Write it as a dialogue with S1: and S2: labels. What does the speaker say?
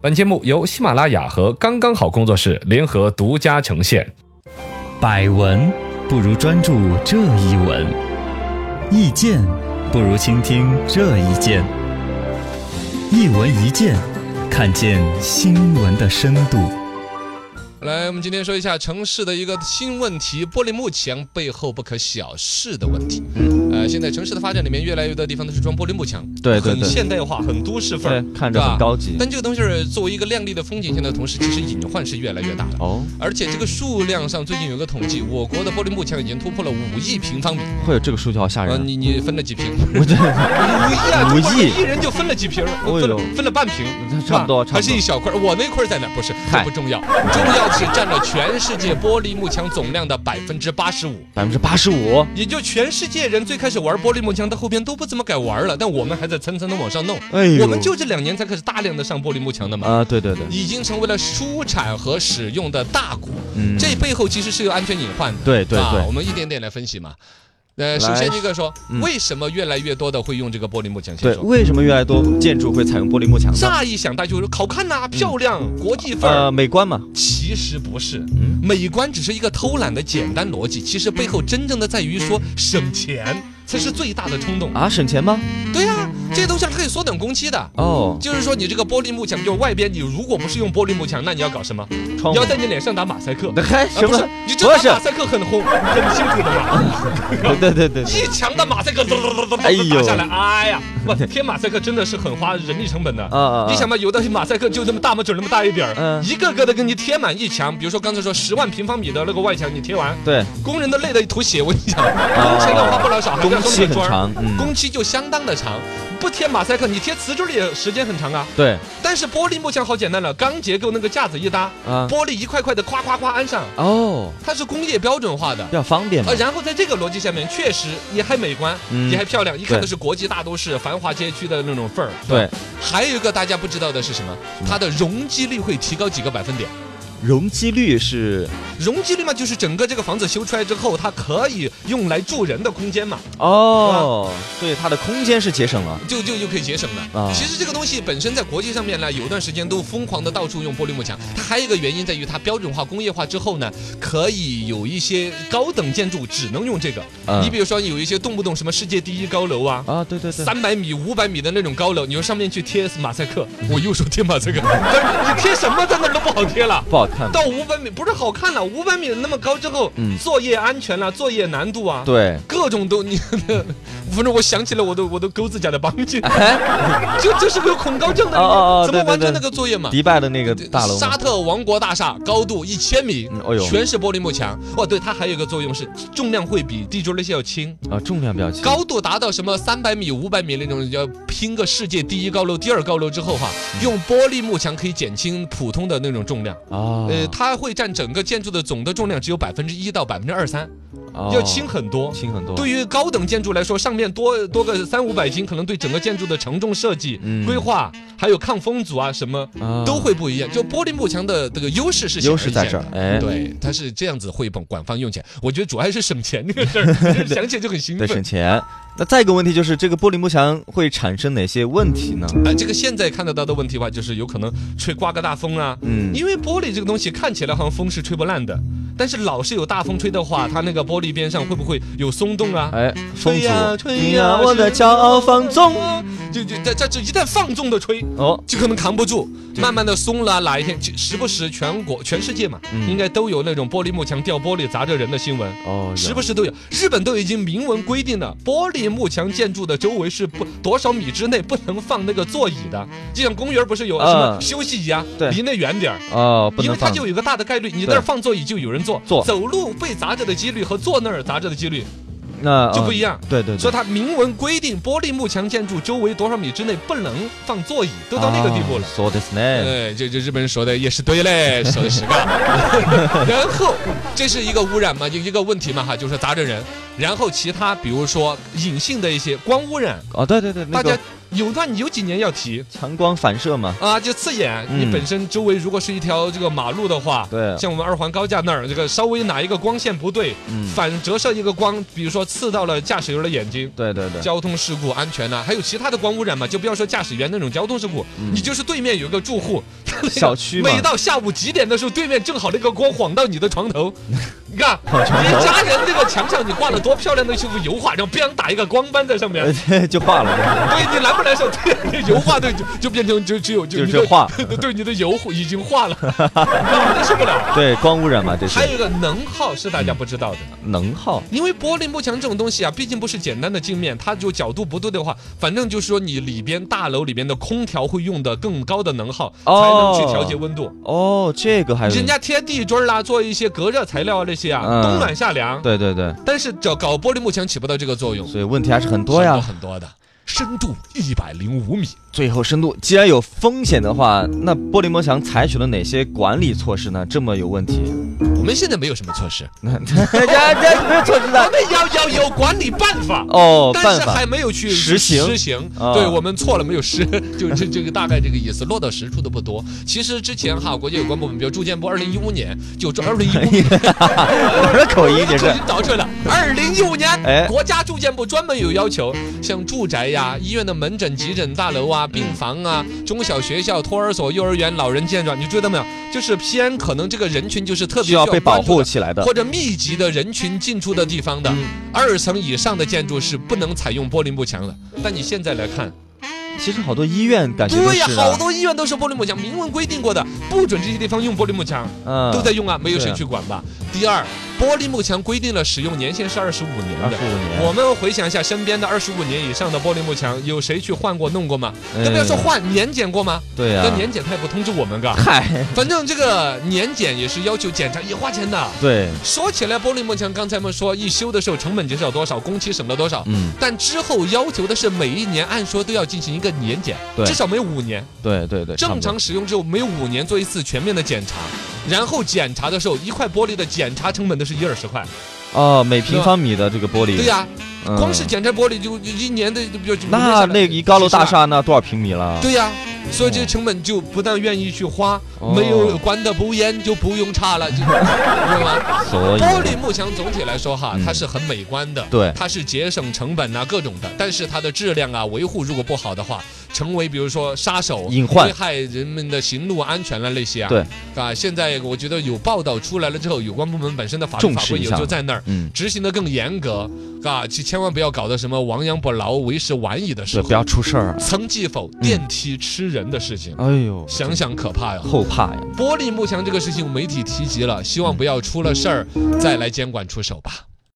S1: 本节目由喜马拉雅和刚刚好工作室联合独家呈现。
S2: 百闻不如专注这一闻，意见不如倾听这一见。一闻一见，看见新闻的深度。
S3: 来，我们今天说一下城市的一个新问题——玻璃幕墙背后不可小视的问题。呃，现在城市的发展里面，越来越多地方都是装玻璃幕墙，
S4: 嗯对对
S3: 很
S4: 对，
S3: 现代化，很都市范儿，
S4: 对，看
S3: 对
S4: 着
S3: 吧
S4: 很高级。
S3: 但这个东西儿作为一个亮丽的风景线的同时，其实隐患是越来越大的。
S4: 哦，
S3: 而且这个数量上，最近有一个统计，我国的玻璃幕墙已经突破了五亿平方米。
S4: 会有这个数据，好吓
S3: 呃，
S4: 人。啊
S3: 你你分了几 平？
S4: 我这
S3: 五亿啊！
S4: 五亿
S3: 中国人一人就分了几瓶儿，
S4: 哦
S3: 分了
S4: 呦
S3: 分了半瓶，是吧
S4: 差不多差不多
S3: 还是一小块儿。我那块儿在哪儿？不是，这
S4: 嗨
S3: 不重要，重要的是占了全世界玻璃幕墙总量的百分之八十五。
S4: 百分之八十五，
S3: 也就全世界人最开始玩玻璃幕墙，到后边都不怎么敢玩了，但我们还在层层的往上弄。
S4: 哎呦
S3: 我们就这两年才开始大量的上玻璃幕墙的嘛，
S4: 啊，对对对，
S3: 已经成为了出产和使用的大国。
S4: 嗯，
S3: 这背后其实是有安全隐患的。
S4: 对对
S3: 啊我
S4: 对，
S3: 们一点点来分析嘛。呃，首先
S4: 来
S3: 第一个说，
S4: 嗯
S3: 为什么越来越多的会用这个玻璃幕墙？先
S4: 对，
S3: 说。
S4: 为什么越来越多建筑会采用玻璃幕墙呢？
S3: 乍一想，大家就说好看呐、漂亮、国际范儿。
S4: 呃，美观嘛，
S3: 其实不是，
S4: 嗯
S3: 美观只是一个偷懒的简单逻辑，其实背后真正的在于说省钱才是最大的冲动。
S4: 啊，省钱吗？
S3: 对呀、这些东西它可以缩短工期的。
S4: 哦，
S3: 就是说，你这个玻璃幕墙，就是外边你如果不是用玻璃幕墙，那你要搞什么？
S4: 窗
S3: 你
S4: 户
S3: 要在你脸上打马赛克？
S4: 那还
S3: 啊
S4: 什
S3: 不
S4: 么
S3: 是？，你这
S4: 不
S3: 打
S4: 是
S3: 马赛克很红，很辛苦的嘛。
S4: 对对对对，
S3: 一墙的马赛克，
S4: 哎
S3: 哎
S4: 呦
S3: 打下来，哎 呀，哇，贴马赛克真的是很花人力成本的。
S4: 啊啊，啊
S3: 你想，嘛，有的马赛克就这么大嘛，就那么大一点儿，
S4: 嗯
S3: 一个个的给你贴满一墙。比如说刚才说十万平方米的那个外墙，你贴完，
S4: 对，
S3: 工人都累得一头血。我跟 你讲，工钱都花不了少，还是要装
S4: 啊工期
S3: 点
S4: 很
S3: 砖儿，
S4: 长，嗯，
S3: 工期就相当的长。不贴马赛克，你贴瓷砖儿也时间很长啊。
S4: 对
S3: 但是玻璃幕墙好简单了，钢结构那个架子一搭，
S4: 啊，
S3: 玻璃一块块的夸夸夸安上，
S4: 哦，
S3: 它是工业标准化的
S4: 比。较方便嘛
S3: 呃，，然后在这个逻辑下面，确实也还美观，
S4: 嗯
S3: 也还漂亮，一看
S4: 对
S3: 都是国际大都市繁华街区的那种范儿。是吧
S4: 对，
S3: 还有一个大家不知道的是什么？
S4: 嗯
S3: 它的容积率会提高几个百分点。
S4: 容积率是
S3: 容积率嘛，就是整个这个房子修出来之后，它可以用来住人的空间嘛，
S4: 哦，对，它的空间是节省了，
S3: 就就就可以节省的
S4: 啊。
S3: 其实这个东西本身在国际上面呢，有一段时间都疯狂的到处用玻璃幕墙。它还有一个原因在于它标准化、工业化之后呢，可以有一些高等建筑只能用这个。
S4: 嗯
S3: 你比如说有一些动不动什么世界第一高楼啊，
S4: 啊，对对对，
S3: 三百米、五百米的那种高楼，你说上面去贴马赛克，我又说贴马赛克， 但是你贴什么在那儿都不好贴了。
S4: 不好看，
S3: 到五百米不是好看了，五百米那么高之后，
S4: 嗯
S3: 作业安全啦，作业难度啊，
S4: 对，
S3: 各种都你， 反正我想起了我都我都勾自家的帮筋，
S4: 哎，
S3: 就就是个恐高症的，
S4: 哦哦哦
S3: 怎么
S4: 对对
S3: 完成
S4: 对
S3: 那个作业嘛？
S4: 迪拜的那个大楼吗
S3: 沙特王国大厦高度一千米
S4: 嗯，哎呦
S3: 全是玻璃幕墙。哦，对，它还有一个作用是重量会比地砖那些要轻。
S4: 啊，重量比较轻，
S3: 高度达到什么三百米、五百米那种，要拼个世界第一高楼、第二高楼之后哈、用玻璃幕墙可以减轻普通的那种重量。
S4: 啊，
S3: 呃，它会占整个建筑的总的重量只有百分之一到百分之二三，
S4: 哦
S3: 要轻很多。
S4: 轻很多，
S3: 对于高等建筑来说，上面多多个三五百斤，可能对整个建筑的承重设计、
S4: 嗯
S3: 规划，还有抗风阻啊什么，
S4: 啊
S3: 都会不一样。就玻璃幕墙的这个优势是显而
S4: 优势
S3: 易
S4: 在
S3: 见
S4: 这儿
S3: 的，
S4: 哎，
S3: 对，它是这样子会帮管方用起来。我觉得主要还是省钱这个 事儿，想起来就很兴
S4: 对，
S3: 奋
S4: 省。钱。那再一个问题就是，这个玻璃幕墙会产生哪些问题呢？
S3: 哎，这个现在看得到的问题吧，就是有可能吹刮个大风啊。
S4: 嗯，
S3: 因为玻璃这个东西看起来好像风是吹不烂的，但是老是有大风吹的话，它那个玻璃边上会不会有松动啊？
S4: 哎，风
S3: 吹呀啊
S4: 阻，
S3: 吹
S4: 你
S3: 呀，
S4: 呀，我的骄傲放纵。
S3: 就就这这这一旦放纵的吹，
S4: 哦，
S3: 就可能扛不住，慢慢的松了。哪一天就时不时全国全世界嘛，
S4: 嗯
S3: 应该都有那种玻璃幕墙掉玻璃砸着人的新闻。
S4: 哦，
S3: 时不时都有，日本都已经明文规定了，玻璃幕墙建筑的周围是不多少米之内不能放那个座椅的，就像公园不是有什么
S4: 嗯
S3: 休息椅啊，
S4: 对
S3: 离那远点儿。
S4: 哦，不
S3: 因
S4: 能
S3: 为它
S4: 放
S3: 就有一个大的概率，你那儿放座椅就有人坐，
S4: 坐
S3: 走路被砸着的几率和坐那儿砸着的几率
S4: 那
S3: 就不一
S4: 样。
S3: 样。
S4: 啊对对
S3: 所
S4: 对
S3: 以，它明文规定，玻璃幕墙建筑周围多少米之内不能放座椅，都到那个地步了
S4: 啊。そうですね。
S3: 哎，这这日本人说的也是对 嘞，说的是个。然后这是一个污染嘛，就一个问题嘛哈，就是砸着人。然后其他比如说隐性的一些光污染，
S4: 哦，对对对，
S3: 大
S4: 那个
S3: 家有段有几年要提。
S4: 强光反射嘛，
S3: 啊，就刺眼。
S4: 嗯
S3: 你本身周围如果是一条这个马路的话，
S4: 对
S3: 像我们二环高架那儿，这个稍微哪一个光线不对，
S4: 嗯，
S3: 反折射一个光，比如说刺到了驾驶员的眼睛。
S4: 对对对，
S3: 交通事故安全啊呐、还有其他的光污染嘛，就不要说驾驶员那种交通事故，你就是对面有一个住户，他那个
S4: 嗯小区嘛
S3: 每到下午几点的时候，对面正好那个光晃到你的床 头，你看人家人那个墙上你挂了多漂亮的一幅油画，然后砰打一个光斑在上
S4: 哎
S3: 面，
S4: 呃 就化了，
S3: 对你难不难受？对，油画 对就就变成就只有就
S4: 就
S3: 你
S4: 是
S3: 的
S4: 化，
S3: 对你的油已经化了， 真受不了。
S4: 对，光污染嘛，这是
S3: 还有一个能耗是大家不知道的，
S4: 能耗，
S3: 因为玻璃幕墙这种东西啊，毕竟不是简单的镜面，它就角度不对的话，反正就是说你里边大楼里边的空调会用的更高的能耗，才能
S4: 哦
S3: 去调节温度。
S4: 哦，这个还有
S3: 人家贴地砖啦，做一些隔热材料啊那些啊，
S4: 嗯
S3: 冬暖夏凉。
S4: 对对对，
S3: 但是搞搞玻璃幕墙起不到这个作用，
S4: 所以问题还是很多呀。
S3: 很多很多的，深度一百零五米。
S4: 最后深度，既然有风险的话，那玻璃幕墙采取了哪些管理措施呢？这么有问题，
S3: 我们现在没有什么措施，
S4: 那这这没有措施
S3: 我
S4: 的
S3: 们要要有管理办法。
S4: 哦，
S3: 但
S4: 办
S3: 是
S4: 法
S3: 还没有去
S4: 实行
S3: 实行，
S4: 啊
S3: 对我们错了没有实， 就这这个大概这个意思，落到实处的不多。其实之前哈，国家有关部门，比如住建部，二零一五年就 这二零一五年，
S4: 我的口音也
S3: 这
S4: 是
S3: 已经导出来 了。二零一五
S4: 哎
S3: 年，国家住建部专门有要求，像住宅呀、医院的门诊、急诊大楼啊、病房啊、中小学校、托儿所、幼儿园、老人健壮，你注意到没有？就是偏可能这个人群就是特别
S4: 需要被保
S3: 关注
S4: 护
S3: 的嗯
S4: 起来的。
S3: 或者密集的人群进出的地方的、二层以上的建筑是不能采用玻璃幕墙的。但你现在来看，
S4: 其实好多医院感觉都
S3: 对呀、
S4: 是啊
S3: 好多医院都是玻璃幕墙，明文规定过的，不准这些地方用玻璃幕墙，
S4: 嗯
S3: 都在用啊，没有
S4: 对
S3: 谁
S4: 啊
S3: 去管吧？第二，玻璃幕墙规定了使用年限是二十五年
S4: 二
S3: 的
S4: 十。五年，
S3: 我们回想一下身边的二十五年以上的玻璃幕墙，有谁去换过、弄过吗？
S4: 嗯
S3: 更不要说换年检过吗？
S4: 对呀哎
S3: 那，年检他也不通知我们，嘎。
S4: 嗨，
S3: 反正这个年检也是要求检查，也花钱的。
S4: 对，
S3: 说起来，玻璃幕墙刚才我们说一修的时候成本减少多少，工期省了多少，
S4: 嗯，
S3: 但之后要求的是每一年按说都要进行一个年检，
S4: 对
S3: 至少每五年。
S4: 对对对，差不
S3: 正
S4: 多
S3: 常使用之后每五年做一次全面的检查，然后检查的时候一块玻璃的检查成本都是一二十块。
S4: 哦，每平方米的这个玻璃，
S3: 对呀、
S4: 嗯
S3: 光是检查玻璃就一年的就就
S4: 那那一高楼大。
S3: 就就就
S4: 厦哦那多少平米了？
S3: 啊对呀、所以这个成本就不但愿意去花，
S4: 哦
S3: 没有关的不严就不用差了，就明白吗？
S4: 所 以
S3: 玻璃幕墙总体来说哈
S4: 嗯，
S3: 它是很美观的，
S4: 对
S3: 它是节省成本呐、各种的，但是它的质量啊维护如果不好的话，成为比如说杀手、
S4: 隐患
S3: 危害人们的行路安全了那些啊，
S4: 对
S3: 啊，现在我觉得有报道出来了之后，有关部门本身的法律
S4: 重
S3: 法
S4: 视
S3: 规
S4: 一
S3: 也
S4: 下
S3: 就在那儿。
S4: 嗯，
S3: 执行的更严格，啊，千千万不要搞得什么亡羊补牢、为时晚矣的
S4: 对，
S3: 事。
S4: 不要出事儿。
S3: 曾记否电梯吃人的事情，
S4: 哎呦，
S3: 想想可怕呀！
S4: 后怕呀。
S3: 玻璃幕墙这个事情，媒体提及了，希望不要出了事儿再来监管出手吧。